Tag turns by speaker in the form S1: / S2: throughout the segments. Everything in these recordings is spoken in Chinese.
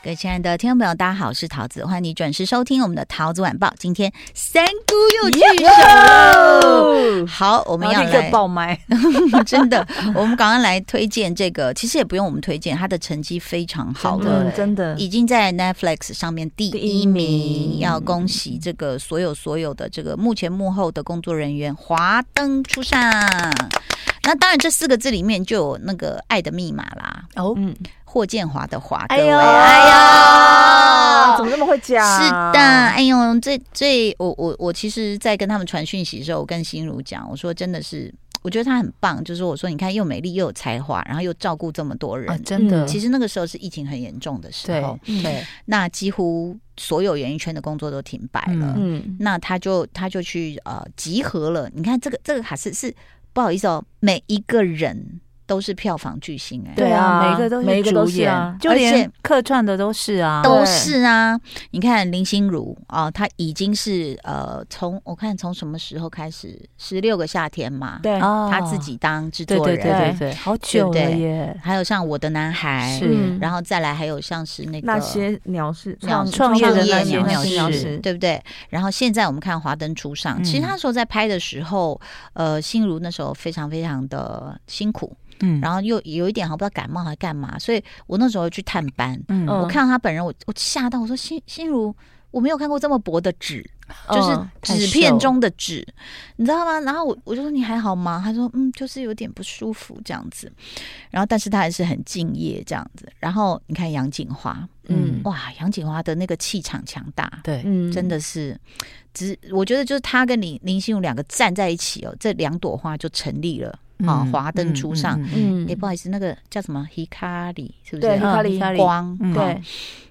S1: 各位亲爱的听众朋友，大家好，我是桃子，欢迎你准时收听我们的《桃子晚报》。今天三姑又聚 首，好，我
S2: 我
S1: 们要
S2: 立刻
S1: 来，
S2: 爆麦，
S1: 真的，我们赶快来推荐这个，其实也不用我们推荐，它的成绩非常好的。
S2: 嗯真的，
S1: 已经在 Netflix 上面第一
S2: 第一
S1: 名，
S2: 名
S1: 要恭喜这个所有所有的这个幕前幕后的工作人员华灯初上。那当然，这四个字里面就有那个“爱的密码”啦，
S2: 哦，嗯，
S1: 霍建华的华，
S2: 哎
S1: 各位
S2: 呦，
S1: 哎呦，
S2: 怎么那么会讲？
S1: 是的，哎呦，这这，我我我其实，在跟他们传讯息的时候，我跟心如讲，我说真的是，我觉得他很棒，就是我说，你看又美丽又有才华，然后又照顾这么多人。
S2: 哦
S3: 啊，真的，
S1: 嗯其实那个时候是疫情很严重的时
S3: 对
S1: 候，
S3: 对，
S1: 那几乎所有演艺圈的工作都停摆了。
S3: 嗯
S2: 嗯，
S1: 那他就他就去呃集合了，你看这个这个还是是不好意思哦，每一个人都是票房巨星哎、
S2: 对
S3: 对
S2: 啊
S3: 啊，每一个都
S2: 每一
S3: 是
S2: 个都
S3: 主
S2: 是啊
S3: 演，就
S1: 而且
S3: 连客串的都是啊，
S1: 都
S2: 对
S1: 是啊，你看林心如啊，她已经是呃，从我看从什么时候开始，十六个夏天嘛，
S2: 对，
S3: 啊
S1: 她自己当制
S3: 对
S1: 作
S3: 对
S1: 人，
S3: 对对对，好久
S1: 对不
S3: 了
S1: 对
S3: 耶，
S1: 还有像我的男孩，
S3: 是
S2: 嗯
S1: 然后再来还有像是那个
S2: 那些鸟嗯事，
S1: 鸟
S3: 创业的那些
S1: 鸟
S3: 鸟
S1: 事
S3: 事，
S1: 对不对？然后现在我们看《华灯初上》，其实
S3: 嗯
S1: 那时候在拍的时候，呃，心如那时候非常非常的辛苦，
S3: 嗯
S1: 然后又有一点好不知道感冒还干嘛，所以我那时候去探班，
S3: 嗯
S2: 嗯
S1: 我看到他本人，我我吓到，我说心心如，我没有看过这么薄的纸，就是
S2: 嗯
S1: 纸片中的纸，你知道吗？然后我我就说你还好吗？他说嗯，就是有点不舒服这样子，然后但是他还是很敬业这样子。然后你看杨锦华，
S3: 嗯
S1: 哇，杨锦华的那个气场强大。
S3: 对，
S2: 嗯
S1: 真的是，只我觉得就是他跟林林心如两个站在一起哦，这两朵花就成立了啊！
S3: 嗯
S1: 华灯初上，，
S3: 嗯
S2: 嗯
S1: 哎、不好意思，那个叫什么 Hikari 是不是？
S2: 对，
S3: 嗯
S2: 卡里
S3: 嗯
S1: 光，
S3: 嗯
S1: 好
S2: 对，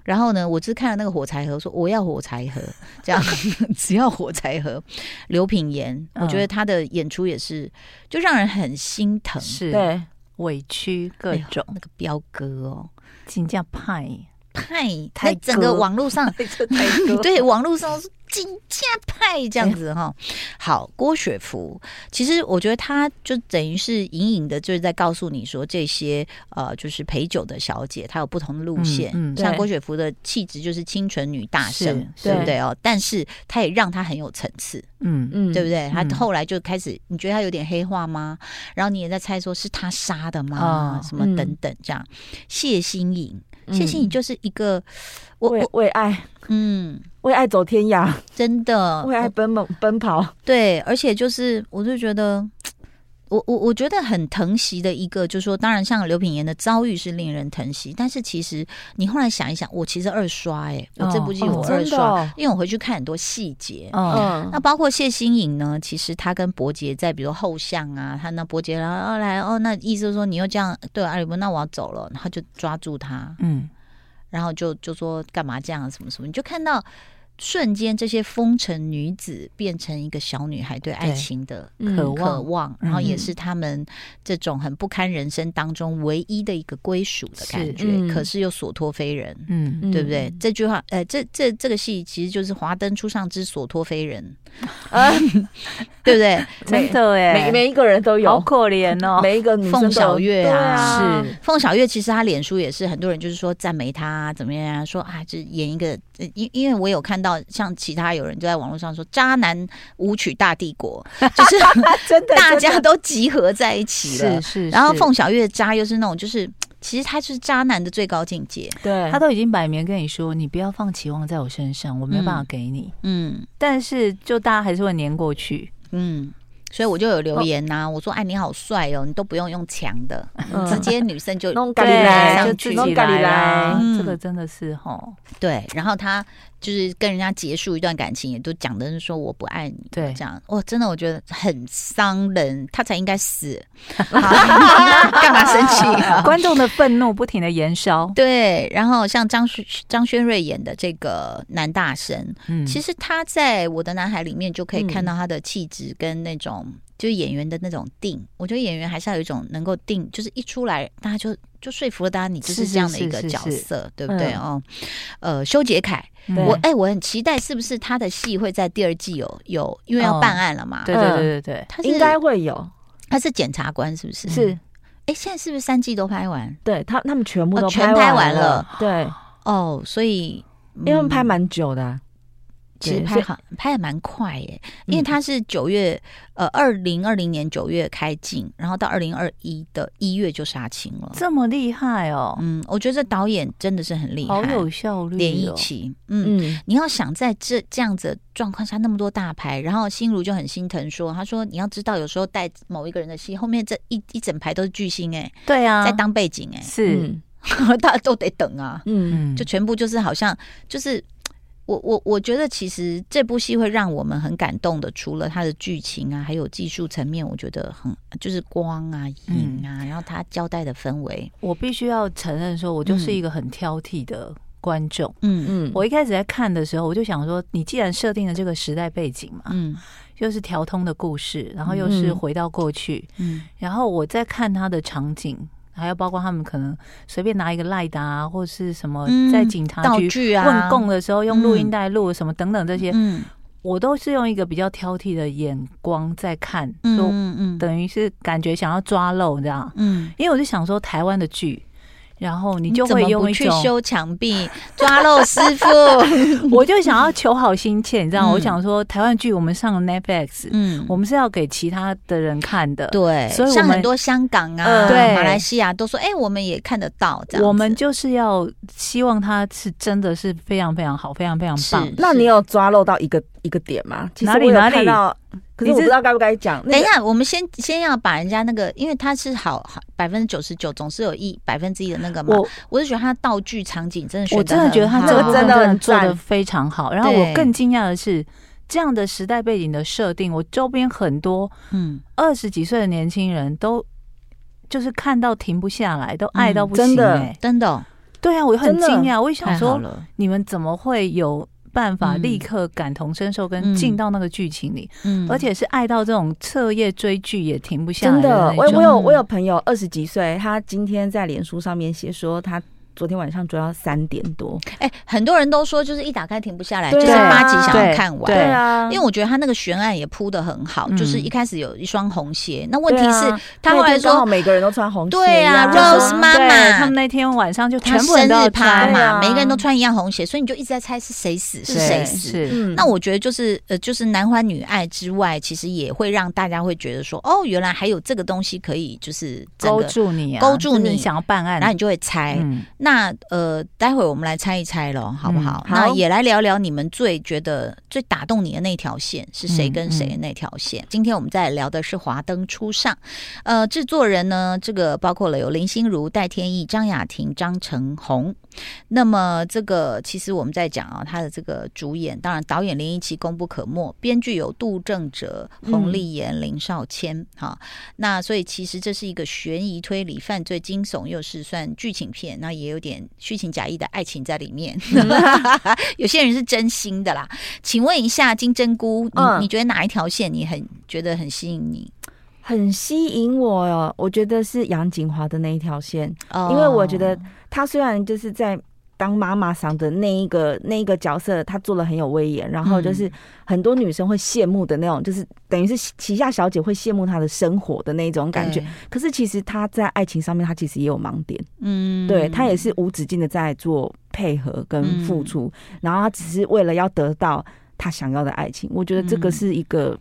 S1: 然后呢，我只是看了那个火柴盒，说我要火柴盒，这 样只要火柴盒。刘品言，
S3: 嗯
S1: 我觉得他的演出也是，就让人很心疼。
S3: 嗯是，
S2: 对，
S3: 委屈
S1: 哎
S3: 各
S1: 呦
S3: 种，
S1: 那个彪哥哦，
S3: 请假派，
S1: 派
S2: 泰
S1: 在
S2: 哥，
S1: 整个网络上
S2: 这太 多
S1: 对网络上是金家派这样子哈、 好，郭雪芙，其实我觉得他就等于是隐隐的就是在告诉你说，这些呃，就是陪酒的小姐，她有不同的路线。
S3: 嗯嗯
S1: 像
S2: 对
S1: 郭雪芙的气质就是清纯女大生，
S3: 是
S1: 对不
S2: 对
S1: 对哦？但是她也让她很有层次，
S3: 嗯嗯
S2: 嗯
S1: 对不？对？她
S3: 嗯
S1: 后来就开始，你觉得她有点黑化吗？然后你也在猜说是她杀的吗？
S3: 哦
S1: 什么
S2: 嗯
S1: 等等这样。谢欣颖，
S2: 嗯
S1: 谢欣颖就是一个，我
S2: 为
S1: 我
S2: 为爱，
S1: 嗯，
S2: 为爱走天涯，
S1: 真的，
S2: 为爱奔猛奔跑，
S1: 对，而且就是，我就觉得，我我我觉得很疼惜的一个，就是说，当然像刘品言的遭遇是令人疼惜，但是其实你后来想一想，我其实二刷哎、我这部剧
S3: 哦
S1: 我二
S2: 真的
S1: 刷，
S2: 哦
S1: 因为我回去看很多细节。
S3: 嗯
S2: 嗯
S1: 那包括谢欣颖呢？其实她跟伯杰在，比如后巷啊，她那伯杰然后来哦，那意思就是说你又这样对我阿里伯，那我要走了，然后就抓住他，
S3: 嗯，
S1: 然后就就说干嘛这样什么什么，你就看到瞬间这些风尘女子变成一个小女孩对爱
S3: 对
S1: 情的
S2: 嗯
S3: 渴
S1: 渴
S3: 望，
S1: 望，然后也
S2: 嗯
S1: 是他们这种很不堪人生当中唯一的一个归属的感
S3: 是
S1: 觉，
S2: 嗯
S1: 可是又所托非人，
S3: 嗯
S1: 对不对？？这句话，呃，这这这个戏其实就是华灯初上之所托非人，
S2: 啊，
S1: 对不对？
S3: 真的哎
S2: 每，每一个人都
S3: 好
S2: 有，
S3: 可怜哦，
S2: 每一个女生都有
S1: 凤小岳
S2: 对
S1: 啊
S2: 啊，
S3: 是
S1: 凤小岳其实她脸书也是很多人就是说赞美她怎么样啊，说啊，这演一个，呃因因为我有看到像其他有人就在网络上说渣男舞曲大帝国，就是
S2: 啊真的
S1: 大
S2: 真
S1: 家
S2: 的
S1: 都集合在一起了
S3: 是。是，
S1: 然后
S3: 是
S1: 凤小岳渣又是那种就是。其实他是渣男的最高境界，
S2: 对，
S3: 他都已经摆明跟你说，你不要放期望在我身上，我没有办法
S1: 嗯
S3: 给你，
S1: 嗯
S3: 但是就大家还是会黏过去，
S1: 嗯，所以我就有留言呐、我说哎你好帅哦，你都不用用强的，
S2: 嗯
S1: 直接女生就
S2: 弄咖喱
S3: 对，
S2: 来，
S3: 就
S1: 自
S3: 自
S1: 己
S3: 己
S2: 弄咖喱
S3: 来
S2: 来
S3: 啦，，
S1: 嗯
S3: 这个真的是吼，
S1: 对，然后他就是跟人家结束一段感情，也都讲的是说我不爱你，
S3: 对
S1: 这样，哇，真的我觉得很伤人，他才应该 死，干嘛生气啊？
S3: 观众的愤怒不停的燃烧。
S1: 对，然后像张轩张轩瑞演的这个男大神，
S3: 嗯
S1: 其
S3: 实
S1: 实他在《我的男孩》里面就可以看到他的气质跟那种就是演员的那种定，我觉得演员还是要有一种能够定，就是一出来大家就就说服了大家，你就是是
S3: 是
S1: 这样的一
S3: 是
S1: 个
S3: 是
S1: 角色，
S3: 是
S1: 对不对？
S2: 嗯
S1: 哦，呃，修杰楷，
S2: 对
S1: 我哎、我很期待是不是他的戏会在第二季有有，因为要
S3: 哦
S1: 办案了嘛，
S3: 对对对对对，
S1: 他是
S2: 应该会有，
S1: 他是检察官是不是？
S2: 是
S1: 哎，现在是不是三季都拍完？
S2: 对他他们全部
S1: 哦
S2: 都
S1: 全拍
S2: 拍
S1: 完
S2: 了
S1: 了，
S2: 对，
S1: 哦，所以因
S2: 因为他们拍蛮久的啊，
S1: 其实
S2: 对
S1: 拍
S2: 所以
S1: 好拍的蛮快耶，因为
S2: 嗯
S1: 它是九月呃二零二零年九月开镜，然后到二零二一的一月就杀青了。
S3: 这么厉害哦，
S1: 嗯，我觉得这导演真的是很厉害，
S3: 好有效率、哦，
S1: 连奕奇，嗯。
S2: 嗯，
S1: 你要想在这这样子的状况下那么多大牌，然后心如就很心疼说，他说你要知道有时候带某一个人的戏，后面这一一整排都是巨星哎、
S3: 对啊，
S1: 在当背 景哎、
S3: 是，
S1: 大家都得等啊。
S2: 嗯嗯，嗯，
S1: 就全部就是好像就是我我我觉得其实这部戏会让我们很感动的，除了它的剧情啊，还有技术层面，我觉得很就是光啊、
S3: 嗯
S1: 影啊，然后它交代的氛围，
S3: 我必须要承认说，我就是一个很挑剔的观众。
S1: 嗯
S2: 嗯，
S3: 我一开始在看的时候，我就想说，你既然设定了这个时代背景嘛，
S1: 嗯
S3: 又是调通的故事，然后又是回到过去，
S1: 嗯
S3: 然后我在看它的场景，还有包括他们可能随便拿一个赖达、啊、或是什么
S1: 嗯
S3: 在警察
S1: 道
S3: 局
S1: 具啊，
S3: 问供的时候用录
S1: 嗯
S3: 音带录什么等等这些，
S1: 嗯
S3: 我都是用一个比较挑剔的眼光在看，
S1: 嗯
S3: 就
S1: 嗯嗯
S3: 等于是感觉想要抓漏，这样。
S1: 嗯，
S3: 因为我就想说台湾的剧，然后你就
S1: 怎
S3: 会
S1: 么
S3: 用
S1: 不
S3: 一
S1: 去
S3: 种，
S1: 修墙壁抓漏师傅？
S3: 我就想要求好心切，你知道吗？
S1: 嗯
S3: 我想说台湾剧我们上了 Netflix，、
S1: 嗯，
S3: 我们是要给其他的人看的，
S1: 对，
S3: 所以我
S1: 像很
S3: 们
S1: 多香港啊、
S2: 嗯
S3: 对
S1: 马来西亚都说，哎，我们也看得到这样子，
S3: 我们就是要希望它是真的是非常非常好，非常非常
S1: 是
S3: 棒。
S2: 那你有抓漏到一个一个点吗？其实
S3: 哪里
S2: 我有
S3: 哪里
S2: 看到，可
S3: 你
S2: 是我
S3: 是
S2: 不知道该不该讲。那
S1: 等一
S2: 个，
S1: 下，我们先先要把人家那个，因为他是好好百分之九十九，总是有一百分之一的那个嘛。我
S3: 我
S1: 是觉得他道具场景真的选
S3: 我真的觉得他
S1: 很
S3: 这个
S1: 好
S2: 真
S3: 真
S2: 的
S3: 的
S2: 很
S3: 做的
S2: 赞
S3: 非常好。然后
S1: 对
S3: 我更惊讶的是，这样的时代背景的设定，我周边很多
S1: 嗯，
S3: 二十几岁的年轻人都就是看到停不下来，都爱到不行、欸
S2: 嗯真的
S1: 真的哦
S3: 对啊，我很
S2: 真的
S3: 惊讶，我也想
S1: 太好
S3: 说，
S1: 了。
S3: 你们怎么会有办法
S1: 嗯
S3: 立刻感同身受
S1: 嗯
S3: 跟进到那个剧情里，
S1: 嗯
S3: 而且是爱到这种彻夜追剧也停不下来
S2: 真的，
S3: 那
S2: 我我
S3: 种。
S2: 有我有朋友二十几岁，他今天在脸书上面写说他。昨天晚上追到三点多，
S1: 哎、很多人都说就是一打开停不下来，
S2: 对
S1: 就
S2: 啊
S1: 是八集想要看完。
S3: 对
S2: 啊
S1: 因为我觉得他那个悬案也铺的很好，
S3: 嗯
S1: 就是一开始有一双红鞋，那问题
S2: 对
S1: 是、
S2: 啊
S1: 他后
S2: 那
S1: 来
S2: 天刚好
S1: 说。
S2: 每个人都穿红鞋
S1: 对啊
S2: 呀
S1: ，Rose 妈妈
S3: 对他们那天晚上就
S1: 他
S3: 全
S1: 生
S3: 部人都要
S1: 日趴
S3: 穿
S1: 嘛，
S2: 对啊
S1: 每个人都穿一样红鞋，所以你就一直在猜是谁死是谁
S3: 对
S1: 死。
S3: 是
S2: 嗯
S1: 那我觉得就是呃，就是男欢女爱之外，其实也会让大家会觉得说，哦，原来还有这个东西可以就是整
S3: 勾
S1: 个，
S3: 住你啊，
S1: 勾住
S3: 就是
S1: 你
S3: 想要办案，
S1: 然后你就会猜。
S3: 嗯，
S1: 那呃，待会我们来猜一猜咯，好不好？
S2: 嗯
S1: 那
S2: 好
S1: 也来聊聊你们最觉得最打动你的那条线是谁
S3: 嗯
S1: 跟谁的那条线。今天我们在聊的是《华灯初上》，呃，制作人呢，这个包括了有林心如、戴天意、张雅婷、张成宏。那么这个其实我们在讲啊，他的这个主演，当然导演林一奇功不可没，编剧有杜正哲、洪丽妍、林少谦，
S2: 嗯
S1: 哈、那所以其实这是一个悬疑推理、犯罪惊悚，又是算剧情片，那也有点虚情假意的爱情在里 面。有些人是真心的啦。请问一下金针菇，你、
S2: 嗯
S1: 你觉得哪一条线你很觉得很吸引你？
S2: 很吸引我哦，我觉得是杨锦华的那一条线，
S1: 哦
S2: 因为我觉得她虽然就是在当妈妈桑的那一个那一个角色，她做了很有威严，然
S1: 嗯
S2: 后就是很多女生会羡慕的那种，就是等于是旗下小姐会羡慕她的生活的那一种感觉
S1: 对。
S2: 可是其实她在爱情上面，她其实也有盲点，
S1: 嗯
S2: 对她也是无止境的在做配合跟付出，
S1: 嗯
S2: 然后她只是为了要得到她想要的爱情。我觉得这个
S1: 嗯
S2: 是一个。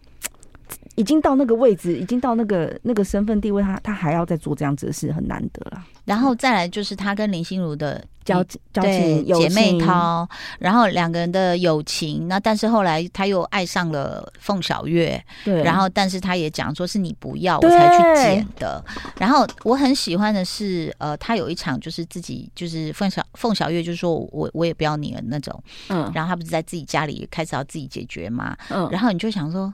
S2: 已经到那个位置，已经到那个那个身份地位，她她还要再做这样子的事，很难得啦。
S1: 然后再来就是他跟林心如的
S2: 交交
S1: 对
S2: 情、友
S1: 姐妹
S2: 情
S1: 淘，然后两个人的友情，那但是后来他又爱上了凤小岳，
S2: 对，
S1: 然后但是他也讲说是你不要我
S2: 对
S1: 才去捡的。然后我很喜欢的是，呃，他有一场就是自己就是凤小凤小岳就说我我也不要你了那种，
S2: 嗯
S1: 然后他不是在自己家里开始要自己解决嘛，
S2: 嗯，
S1: 然后你就想说，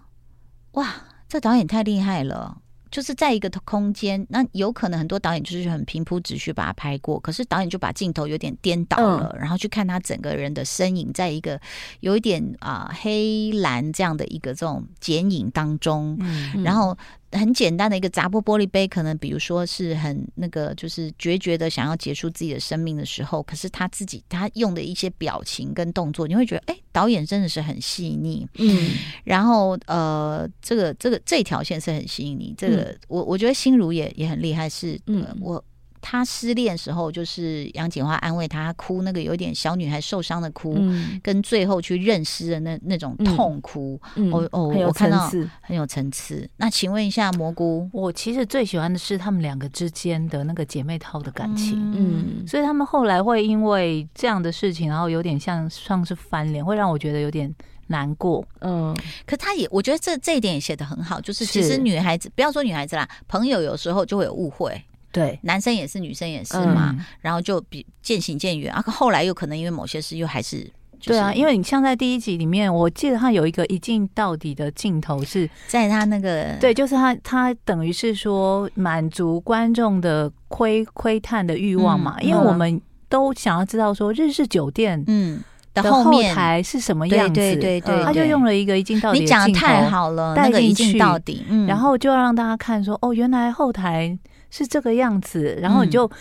S1: 哇，这导演太厉害了。就是在一个空间，那有可能很多导演就是很平铺直叙把它拍过，可是导演就把镜头有点颠倒了，然后去看他整个人的身影，在一个有一点啊、黑蓝这样的一个这种剪影当中，
S3: 嗯
S1: 然后很简单的一个砸破玻璃杯，可能比如说是很那个，就是决绝的想要结束自己的生命的时候，可是他自己他用的一些表情跟动作，你会觉得，哎，导演真的是很细腻。
S2: 嗯
S1: 然后呃，这个这个这条线是很吸引你。这个、我我觉得心如也也很厉害，是、呃
S2: 嗯
S1: 我。她失恋时候，就是杨锦华安慰她哭，那个有点小女孩受伤的哭，
S2: 嗯
S1: 跟最后去认尸的那那种痛哭，
S2: 嗯
S1: 哦哦
S2: 很有
S1: 我看
S2: 层
S1: 到
S2: 次
S1: 很有层
S2: 嗯
S1: 次。那请问一下蘑菇，
S3: 我其实最喜欢的是他们两个之间的那个姐妹套的感情。
S2: 嗯
S3: 所以他们后来会因为这样的事情，然后有点像像是翻脸，会让我觉得有点难过。
S2: 嗯
S1: 可他也，我觉得这这一点也写得很好，就是
S3: 是
S1: 其实女孩子不要说女孩子啦，朋友有时候就会有误会，
S3: 对，
S1: 男生也是，女生也是
S2: 嗯
S1: 嘛，然后就比渐行渐远啊。后来有可能因为某些事又还是、就是、
S3: 对啊，因
S1: 为
S3: 为你像在第一集里面，我记得他有一个一镜到底的镜头是，
S1: 在他那个
S3: 对，就是他他等于是说满足观众的窥窥探的欲望嘛，
S1: 嗯
S3: 因为我们都想要知道说日式酒店
S1: 嗯的
S3: 的
S1: 后面，
S3: 台是什么
S1: 对
S3: 样子，
S1: 对对对
S2: 嗯
S3: 他就
S1: 对
S3: 用了一个一镜到底
S1: 你
S3: 的
S1: 讲的
S3: 镜头
S1: 太好了，那
S3: 带
S1: 个一
S3: 进
S1: 镜
S3: 去
S1: 到底，嗯，
S3: 然后就要让大家看说，哦，原来后台是这个样子。然后你
S1: 嗯
S3: 就，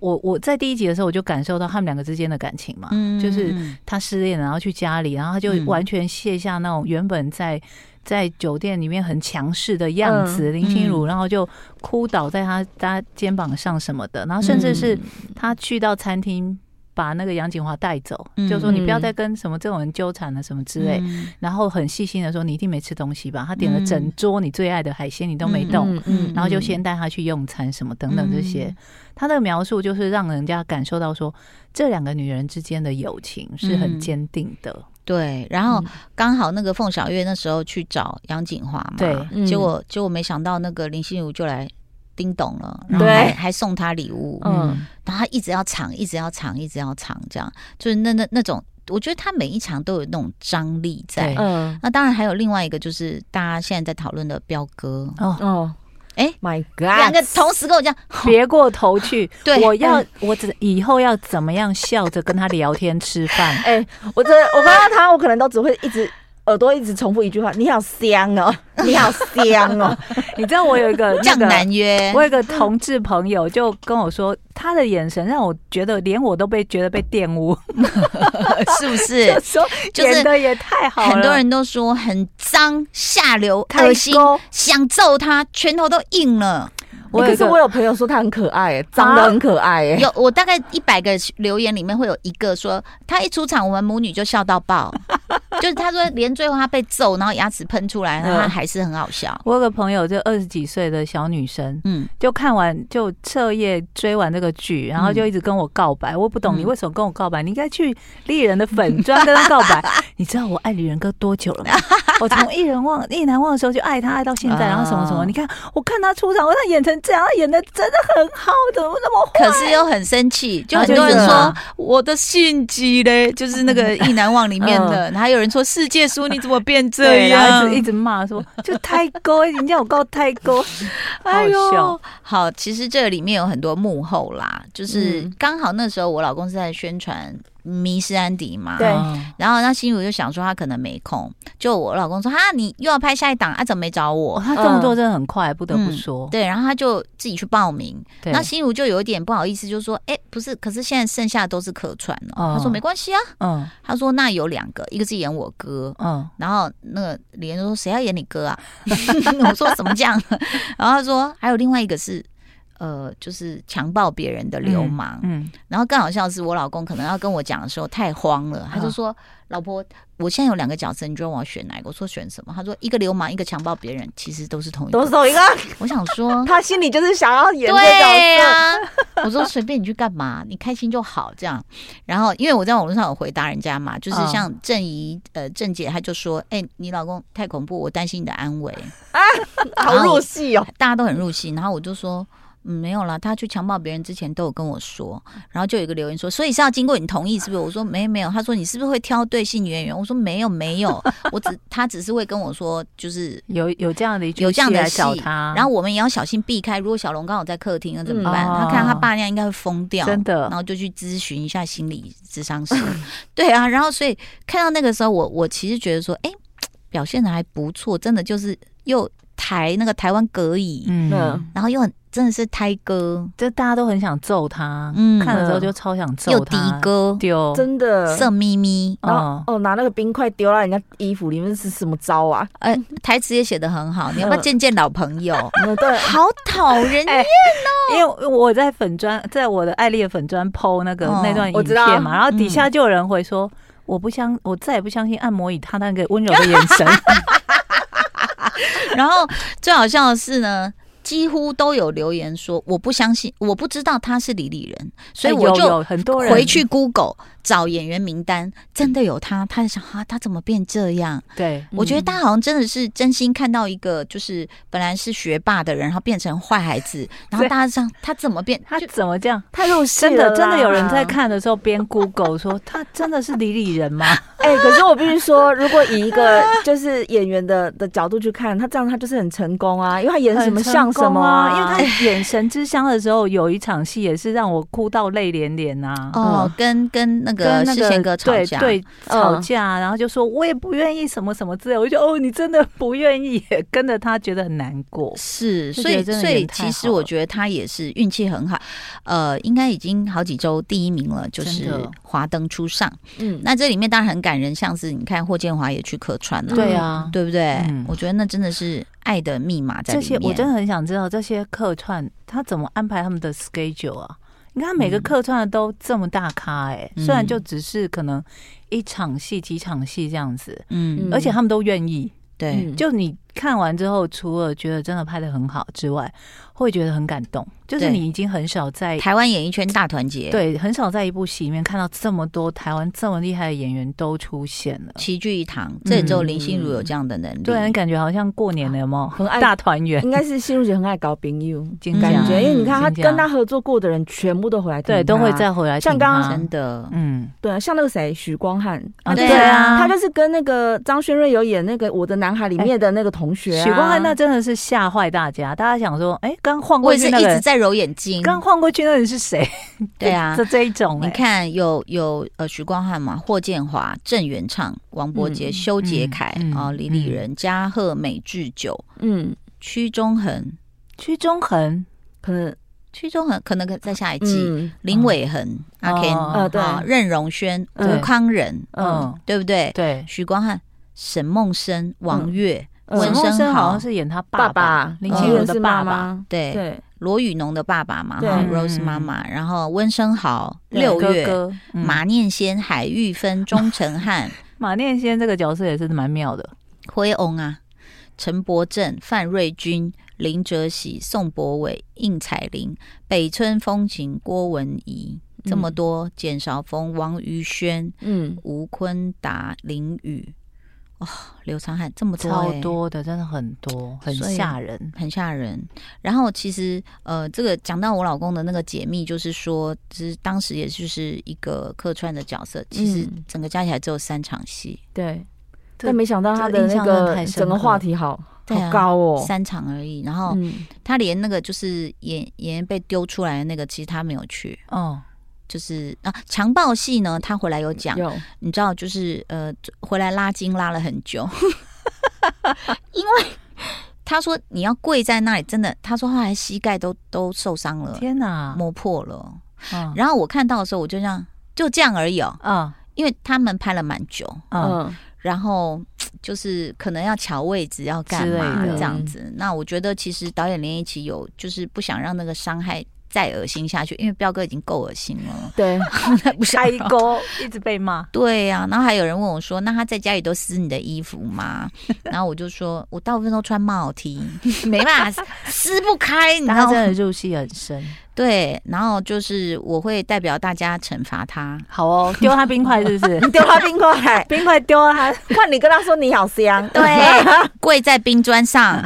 S3: 我我在第一集的时候，我就感受到他们两个之间的感情嘛，
S1: 嗯
S3: 就是
S1: 嗯
S3: 他失恋，然后去家里，然后他就
S1: 嗯
S3: 完全卸下那种原本在。在酒店里面很强势的样
S1: 嗯
S3: 子，林心如，然后就哭倒在他他肩膀上什么的，然后甚至
S1: 嗯
S3: 是他去到餐厅把那个杨锦华带走，
S1: 嗯
S3: 就说你不要再跟什么这种人纠缠了什么之类。
S1: 嗯
S3: 然后很细心的说：“你一定没吃东西吧？”他点了整
S1: 嗯
S3: 桌你最爱的海鲜，你都没动，
S2: 嗯嗯
S3: 然后就先带他去用餐什么等等这些。
S1: 嗯
S3: 他的描述就是让人家感受到说，这两个女人之间的友情是很坚定的。
S1: 对，然
S3: 嗯
S1: 后刚好那个凤小岳那时候去找杨锦华嘛，
S3: 对
S2: 嗯
S1: 结果结果没想到那个林心如就来叮咚了，然后
S2: 对
S1: 还还送她礼物，
S2: 嗯
S1: 然后她一直要藏，一直要藏，一直要藏，这样就是那那那种，我觉得她每一场都有那种张力在
S3: 对。
S2: 嗯
S1: 那当然还有另外一个就是大家现在在讨论的彪哥，
S3: 哦，
S2: 哦
S1: 哎
S2: ，My
S1: 两
S2: God，。
S1: 个同时跟我讲，
S3: 别过头 去，
S1: 对
S3: 我要
S1: 嗯
S3: 我只以后要怎么样笑着跟他聊天吃饭
S2: 哎、我真的，我看到他，我可能都只会一直耳朵一直重复一句话：“你好香哦，你好香哦。
S3: 你知道我有一个那
S1: 江
S3: 个。
S1: 南约
S3: 我，有个同志朋友就跟我说，他的眼神让我觉得连我都被觉得被玷污，
S1: 是不是？
S3: 说
S1: 就是
S3: 演的也太好了，
S1: 很多人都说很脏、下流、
S3: 太
S1: 恶心
S3: 勾，
S1: 想揍他，拳头都硬了。
S3: 我有
S2: 可
S3: 一
S2: 是
S3: 个
S2: 我有朋友说他很可爱、哎，长得很可爱、哎、
S1: 有我大概一百个留言里面会有一个说，他一出场我们母女就笑到爆，就是他说连最后他被揍，然后牙齿喷出来，
S3: 嗯
S1: 他还是很好笑。
S3: 我有个朋友，就二十几岁的小女生，
S1: 嗯，
S3: 就看完就彻夜追完这个剧，然后就一直跟我告白。我不懂
S1: 嗯
S3: 你为什么跟我告白，你应该去丽人的粉专跟他告 白。你知道我爱李仁哥多久了吗？我从一人忘一难忘的时候就爱他，爱到现在，
S1: 哦
S3: 然后什么什么。你看，我看他出场，我他演成这样，他演的真的很好，怎么那么坏？
S1: 可是又很生气，就
S3: 啊
S1: 很多人
S3: 就是
S1: 说
S3: 啊
S1: 我的性急嘞，就是那 个《意难忘》里面的，还有人说世界叔你怎么变这
S3: 嗯对，然后一直一
S1: 样？
S3: 直骂说就太高，人家我告太 高，
S1: 哎
S3: 好
S1: 呦
S3: 笑。，
S1: 好，其实这里面有很多幕后啦，就是
S2: 嗯
S1: 刚好那时候我老公是在宣传《迷失安迪》嘛，
S2: 对
S1: 然后那心如就想说他可能没空，就我老公说哈，你又要拍下一档啊，怎么没找
S3: 哦，
S1: 我？
S3: 他动作真的很快，不得不
S1: 嗯
S3: 说。
S1: 对，然后他就自己去报名。
S3: 对
S1: 那心如就有一点不好意思，就说：“哎，不是，可是现在剩下的都是客串了。
S3: 哦
S1: 他说：“没关系啊。
S3: 嗯”
S1: 他说：“那有两个，一个是演我哥，
S3: 嗯，
S1: 然后那个李安就说：“谁要演你哥啊？” 我说：“怎么这样？” 然后他说：“还有另外一个是，呃，就是强暴别人的流氓。
S3: 嗯，
S1: 然后更好笑的是，我老公可能要跟我讲的时候太慌了，他就说：“老婆，我现在有两个角色，你觉得我要选哪一个？”我说：“选什么？”他说：“一个流氓，一个强暴别人，其实都是同一
S2: 董
S1: 个。
S2: 手一个，”
S1: 我想说
S2: 他心里就是想要：“演这
S1: 对啊
S2: 角色。
S1: 呀、 我说：“随便你去干嘛，你开心就好。”这样。然后因为我在网络上有回答人家嘛，就是
S3: 嗯
S1: 像郑怡呃郑姐，她就说：“哎、你老公太 恐怖，我担心你的安危。”
S2: 啊好入戏哦，
S1: 大家都很入戏，然后我就说。嗯，没有啦，他去强暴别人之前都有跟我说，然后就有一个留言说，所以是要经过你同意是不是？我说没没有，他说你是不是会挑对戏女演员？我说没有没有，我只他只是会跟我说，就是
S3: 有有这样的一句
S1: 有这样
S3: 戏
S1: 的
S3: 来
S1: 戏
S3: 找他，
S1: 然后我们也要小心避开。如果小龙刚好在客厅，那怎么办？
S3: 嗯
S1: 他看到他爸那样应该会疯掉，
S3: 真的
S1: 然后就去咨询一下心理智商师。 对啊，然后所以看到那个时候，我我其实觉得说，哎、表现的还不错，真的就是又抬那个台湾格椅，
S3: 嗯
S2: 嗯，
S1: 然后又很真的是胎歌，
S3: 这大家都很想揍他，
S1: 嗯
S3: 看了之后就超想揍
S1: 又
S3: 他，
S1: 低歌，
S3: 丢，
S2: 嗯真的。
S1: 色眯眯，
S2: 然
S3: 嗯
S2: 后哦，拿那个冰块丢到人家衣服里面是什么招 啊？
S1: 呃，台词也写得很好，你要不要
S2: 嗯
S1: 见见老朋 友？
S2: 嗯，对，
S1: 好讨人厌
S3: 哎因为我在粉砖，在我的爱丽的粉砖 PO 那个、
S1: 哦
S3: 那段影
S2: 我知道
S3: 片嘛，然后底下就有人会说。我不相，我再也不相信按摩椅他那个温柔的眼 神。
S1: 然后最好笑的是呢，几乎都有留言说我不相信，我不知道他是李李人，所以我
S3: 哎 有
S1: 就
S3: 有很多人
S1: 回去 Google 找演员名单，真的有他，他就想啊，他怎么变这样？
S3: 对，
S1: 我觉得大家好像真的是真心看到一个，就是本来是学霸的人，然后变成坏孩子，然后大家想他怎么变？
S3: 他怎么这样？
S2: 太入戏
S3: 真
S2: 了
S3: 的
S2: 啦。
S3: 真的有人在 看的时候边 Google 说他真的是李李人 吗？
S2: 哎、可是我必须说，如果以一个就是演员的的角度去看，他这样他就是很成功啊，因为他演什么像什么
S3: 啊？
S2: 因为他
S3: 因为他演《神之乡》的时候有一场戏也是让我哭到泪连连啊呐。
S1: 哦
S2: 嗯，
S1: 跟跟那
S3: 跟
S1: 个
S3: 那
S1: 世
S3: 个
S1: 贤哥吵
S3: 对
S1: 架，
S3: 对
S2: 嗯
S3: 吵架，然后就说我也不愿意什么什么之类，我就觉得哦，你真的不愿意，跟着他觉得很难过。
S1: 是，
S3: 就
S1: 所
S3: 觉
S1: 以
S3: 得真的
S1: 所以
S3: 演太
S1: 其实
S3: 好
S1: 我
S3: 了
S1: 觉得他也是运气很好，呃，应该已经好几周第一名了，就
S3: 真
S1: 是
S3: 的
S1: 《华灯初上》。
S2: 嗯，
S1: 那这里面当然很感人，像是你看霍建华也去客串了，
S3: 对啊，
S1: 对不对？
S3: 嗯
S1: 我觉得那真的是爱的密码在
S3: 这
S1: 里
S3: 些
S1: 面。
S3: 我真的很想知道这些客串他怎么安排他们的 schedule 啊？你看每个
S1: 嗯
S3: 客串的都这么大咖哎、
S1: 嗯
S3: 虽然就只是可能一场戏、几场戏这样子，
S1: 嗯，
S2: 嗯
S3: 而且他们都愿意。
S1: 对，
S2: 嗯
S3: 就你看完之后，除了觉得真的拍的很好之外，会觉得很感动。就是
S1: 对
S3: 你已经很少在
S1: 台湾演艺圈大团结，，
S3: 对很少在一部戏里面看到这么多台湾这么厉害的演员都出现了。
S1: 齐聚一堂，这也只有林心如有这样的能力。
S3: 嗯对，感觉好像过年了，有没有？
S2: 很爱
S3: 大团圆
S2: 应，该是心如姐很爱搞朋友，
S3: 金
S2: 感
S3: 家
S2: 觉，因为你看他
S3: 金家
S2: 跟他合作过的人全部都回来听他，
S3: 对都
S1: 啊
S3: 会再回来听他。
S2: 像刚刚
S1: 真的，
S3: 嗯，
S2: 对啊，像那个谁许光汉，
S3: 啊
S2: 他就是
S1: 对
S3: 啊
S2: 他就是跟那个张轩瑞有演那个《我的男孩》里面的那个同学、啊，
S3: 许光汉那真的是吓坏大家，大家想说，哎，刚晃
S1: 我
S3: 过
S1: 也是
S3: 去
S1: 一
S3: 那个
S1: 直
S3: 人，
S1: 在揉眼睛。
S3: 刚晃过去那个人是谁？
S1: 对啊，
S3: 这这一种，
S1: 你
S3: 哎
S1: 看，有有呃，徐光汉嘛，霍建华、郑元畅、王伯杰、
S2: 嗯
S1: 修杰楷
S3: 嗯
S1: 啊、
S3: 嗯
S1: 李李仁、嘉贺美智久、
S2: 嗯，
S1: 屈中恒、
S3: 屈中恒，
S2: 可能
S1: 屈中恒可能可在下一季，
S2: 嗯
S1: 林伟恒、阿 Ken
S3: 哦
S2: 呃对
S1: 啊、任荣轩、
S2: 嗯
S1: 吴康仁，
S2: 嗯
S3: 嗯，
S1: 对不对？
S3: 对，
S1: 许光汉、沈梦生、王月，
S2: 嗯
S1: 文
S3: 沈梦
S1: 生
S3: 生好
S1: 豪
S3: 像是演他
S2: 爸
S3: 爸爸，林心
S1: 嗯
S3: 如
S2: 是
S3: 的爸
S2: 妈
S3: 爸，
S2: 妈，
S1: 对，
S2: 对，
S1: 罗宇农的爸爸嘛，
S2: 对
S1: 哈
S3: 嗯
S1: ，Rose 妈妈，然后温升豪、
S2: 对
S1: 六
S3: 哥嗯
S1: 月、
S3: 哥马
S1: 马念先、海玉 芬、钟成汉。
S3: 马念先这个角色也是蛮妙的，
S1: 辉翁啊，陈柏正、范瑞君、林哲喜、宋博伟、应彩玲、北村风情、郭文怡，这么多，简韶峰、王于轩、
S2: 嗯，
S1: 吴坤达、林宇，哦，刘长汉这么多、
S3: 超
S1: 欸，
S3: 多的，真的很多，很
S1: 所以
S3: 吓人。
S1: 很吓人。然后其实呃，这个讲到我老公的那个解密，就是说，就是当时也就是一个客串的角色，其实
S2: 嗯
S1: 整个加起来只有三场戏，
S2: 对。
S3: 这
S2: 但没想到他的那
S3: 这印象真的
S2: 个
S3: 太深刻
S2: 整个话题好
S1: 对啊
S2: 好高哦，
S1: 三场而已。然后
S2: 嗯，
S1: 他连那个就是演演员被丢出来的那个，其实他没有去，
S3: 哦，
S1: 就是啊强暴戏呢，他回来有讲，
S2: 有
S1: 你知道就是呃回来拉筋拉了很久， 因为他说你要跪在那里，真的，他说后来膝盖都都受伤了，
S3: 天哪！
S1: 磨破了。
S3: 嗯
S1: 然后我看到的时候，我就这样就这样而已哦，
S3: 嗯
S1: 因为他们拍了蛮久，
S3: 嗯，
S2: 嗯
S1: 然后就是可能要瞧位置，要干嘛
S3: 之类
S2: 的，
S1: 这样子。那我觉得其实导演连一起有就是不想让那个伤害再恶心下去，因为彪哥已经够恶心了
S2: 对，
S1: 不是
S3: 下一 勾一直被骂，
S1: 对呀、然后还有人问我说：“那他在家里都撕你的衣服吗？” 然后我就说：“ 我大部分都穿帽 T，没办法，撕不开，你知
S3: 大家
S1: 道
S3: 嗯真
S1: 吗
S3: 的入戏很深。？”
S1: 对，然后就是我会代表大家惩罚他。
S3: 好哦，丢他冰块是不是？
S2: 你丢他冰块，
S3: 冰块丢了他，
S2: 换你跟他说你好香。
S1: 对，跪在冰砖 上。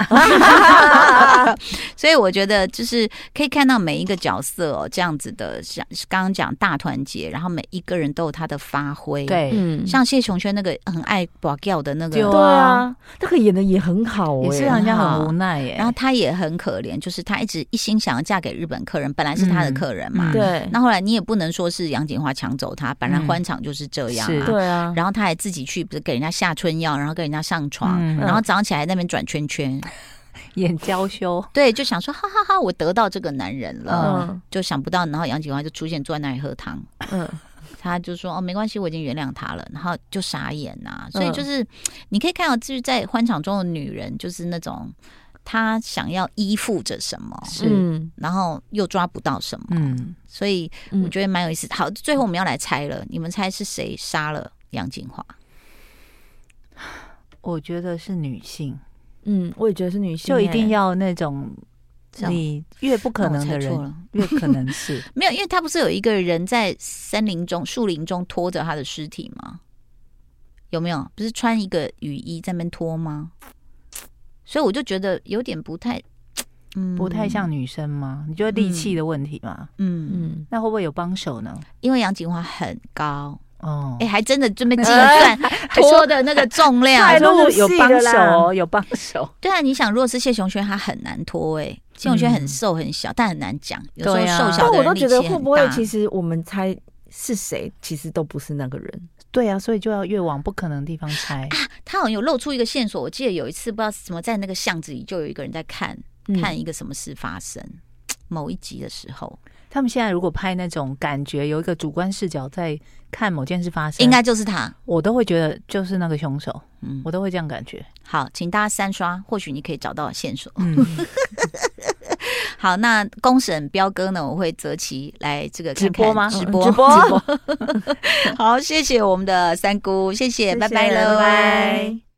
S1: 所以我觉得就是可以看到每一个角色哦，这样子的，像刚刚讲大团结，然后每一个人都有他的发挥。，
S3: 对，
S2: 嗯，
S1: 像谢琼轩那个很爱保掉的那个，
S3: 就
S2: 对啊，那个演的也很好哎，
S3: 也是让人家很无奈耶。
S1: 然后她也很可怜，就是她一直一心想要嫁给日本客人，本来是她的客人嘛。
S3: 嗯
S2: 对，
S1: 那后来你也不能说是杨锦华抢走她，本来
S3: 嗯
S1: 欢场就是这样
S3: 是
S1: 啊。
S2: 对啊，
S1: 然后她还自己去，不是给人家下春药，然后给人家上床，
S3: 嗯
S1: 然后早上起来在那边转圈圈，
S3: 眼娇羞，
S1: 对，就想说哈哈哈我得到这个男人了，
S2: 嗯
S1: 就想不到，然后杨锦华就出现坐在那里喝汤，
S2: 嗯，
S1: 他就说哦没关系，我已经原谅他了，然后就傻眼呐、
S2: 嗯
S1: 所以就是、你可以看到，就是在欢场中的女人，就是那种她想要依附着什么，
S3: 是，
S2: 嗯
S1: 然后又抓不到什么，
S3: 嗯，
S1: 所以我觉得蛮有意思。好，最后我们要来猜了，你们猜是谁杀了杨锦华？
S3: 我觉得是女性，
S2: 嗯，我也觉得是女性，
S3: 就一定
S2: 要
S3: 要那种
S1: 这样
S3: 你越不可能
S1: 那
S3: 的
S1: 我猜错
S3: 人，
S1: 了，
S3: 越可能 是
S1: 没有，因为他不是有一个人在森林中、树林中拖着他的尸体吗？有没有？不是穿一个雨衣在那边拖吗？所以我就觉得有点不太，嗯，
S3: 不太像女生吗？你觉得力气的问题吗？
S1: 嗯，
S2: 嗯，
S3: 那会不会有帮手呢？
S1: 因为杨锦华很高，
S3: 哦
S1: 哎、，还真的 这边计
S2: 哎
S1: 算拖的那个重量
S2: 还，说
S3: 路啊有帮
S2: 哎入戏了
S3: 手哦，有帮手，
S1: 对啊，你想，如果是谢雄轩，他很难拖哎、谢雄轩很瘦很小，但很难讲，有时候
S3: 对啊
S1: 瘦
S2: 嗯但
S1: 小的
S2: 我
S1: 人
S2: 都
S1: 力
S2: 觉
S1: 气
S2: 得
S1: 很大。
S2: 会不会其实我们猜是谁，其实都不是那个人，
S3: 对啊，所以就要越往不可能的地方 猜。
S1: 他好像有露出一个线索，我记得有一次不知道什么，在那个巷子里就有一个人在看、
S2: 嗯
S1: 看一个什么事发生，某一集的时候，
S3: 他们现在如果拍那种感觉有一个主观视角在看某件事发生，
S1: 应该就是他。
S3: 我都会觉得就是那个凶手，
S1: 嗯，
S3: 我都会这样感觉。
S1: 好，请大家三刷，或许你可以找到线索。
S3: 嗯，
S1: 好，那公审彪哥呢，我会择期来这个看
S3: 直
S1: 看
S3: 播吗？
S1: 直
S2: 嗯
S1: 播，
S3: 直播。
S1: 好，谢谢我们的三姑，谢谢，拜拜
S2: 谢谢
S1: 喽，
S2: 拜拜。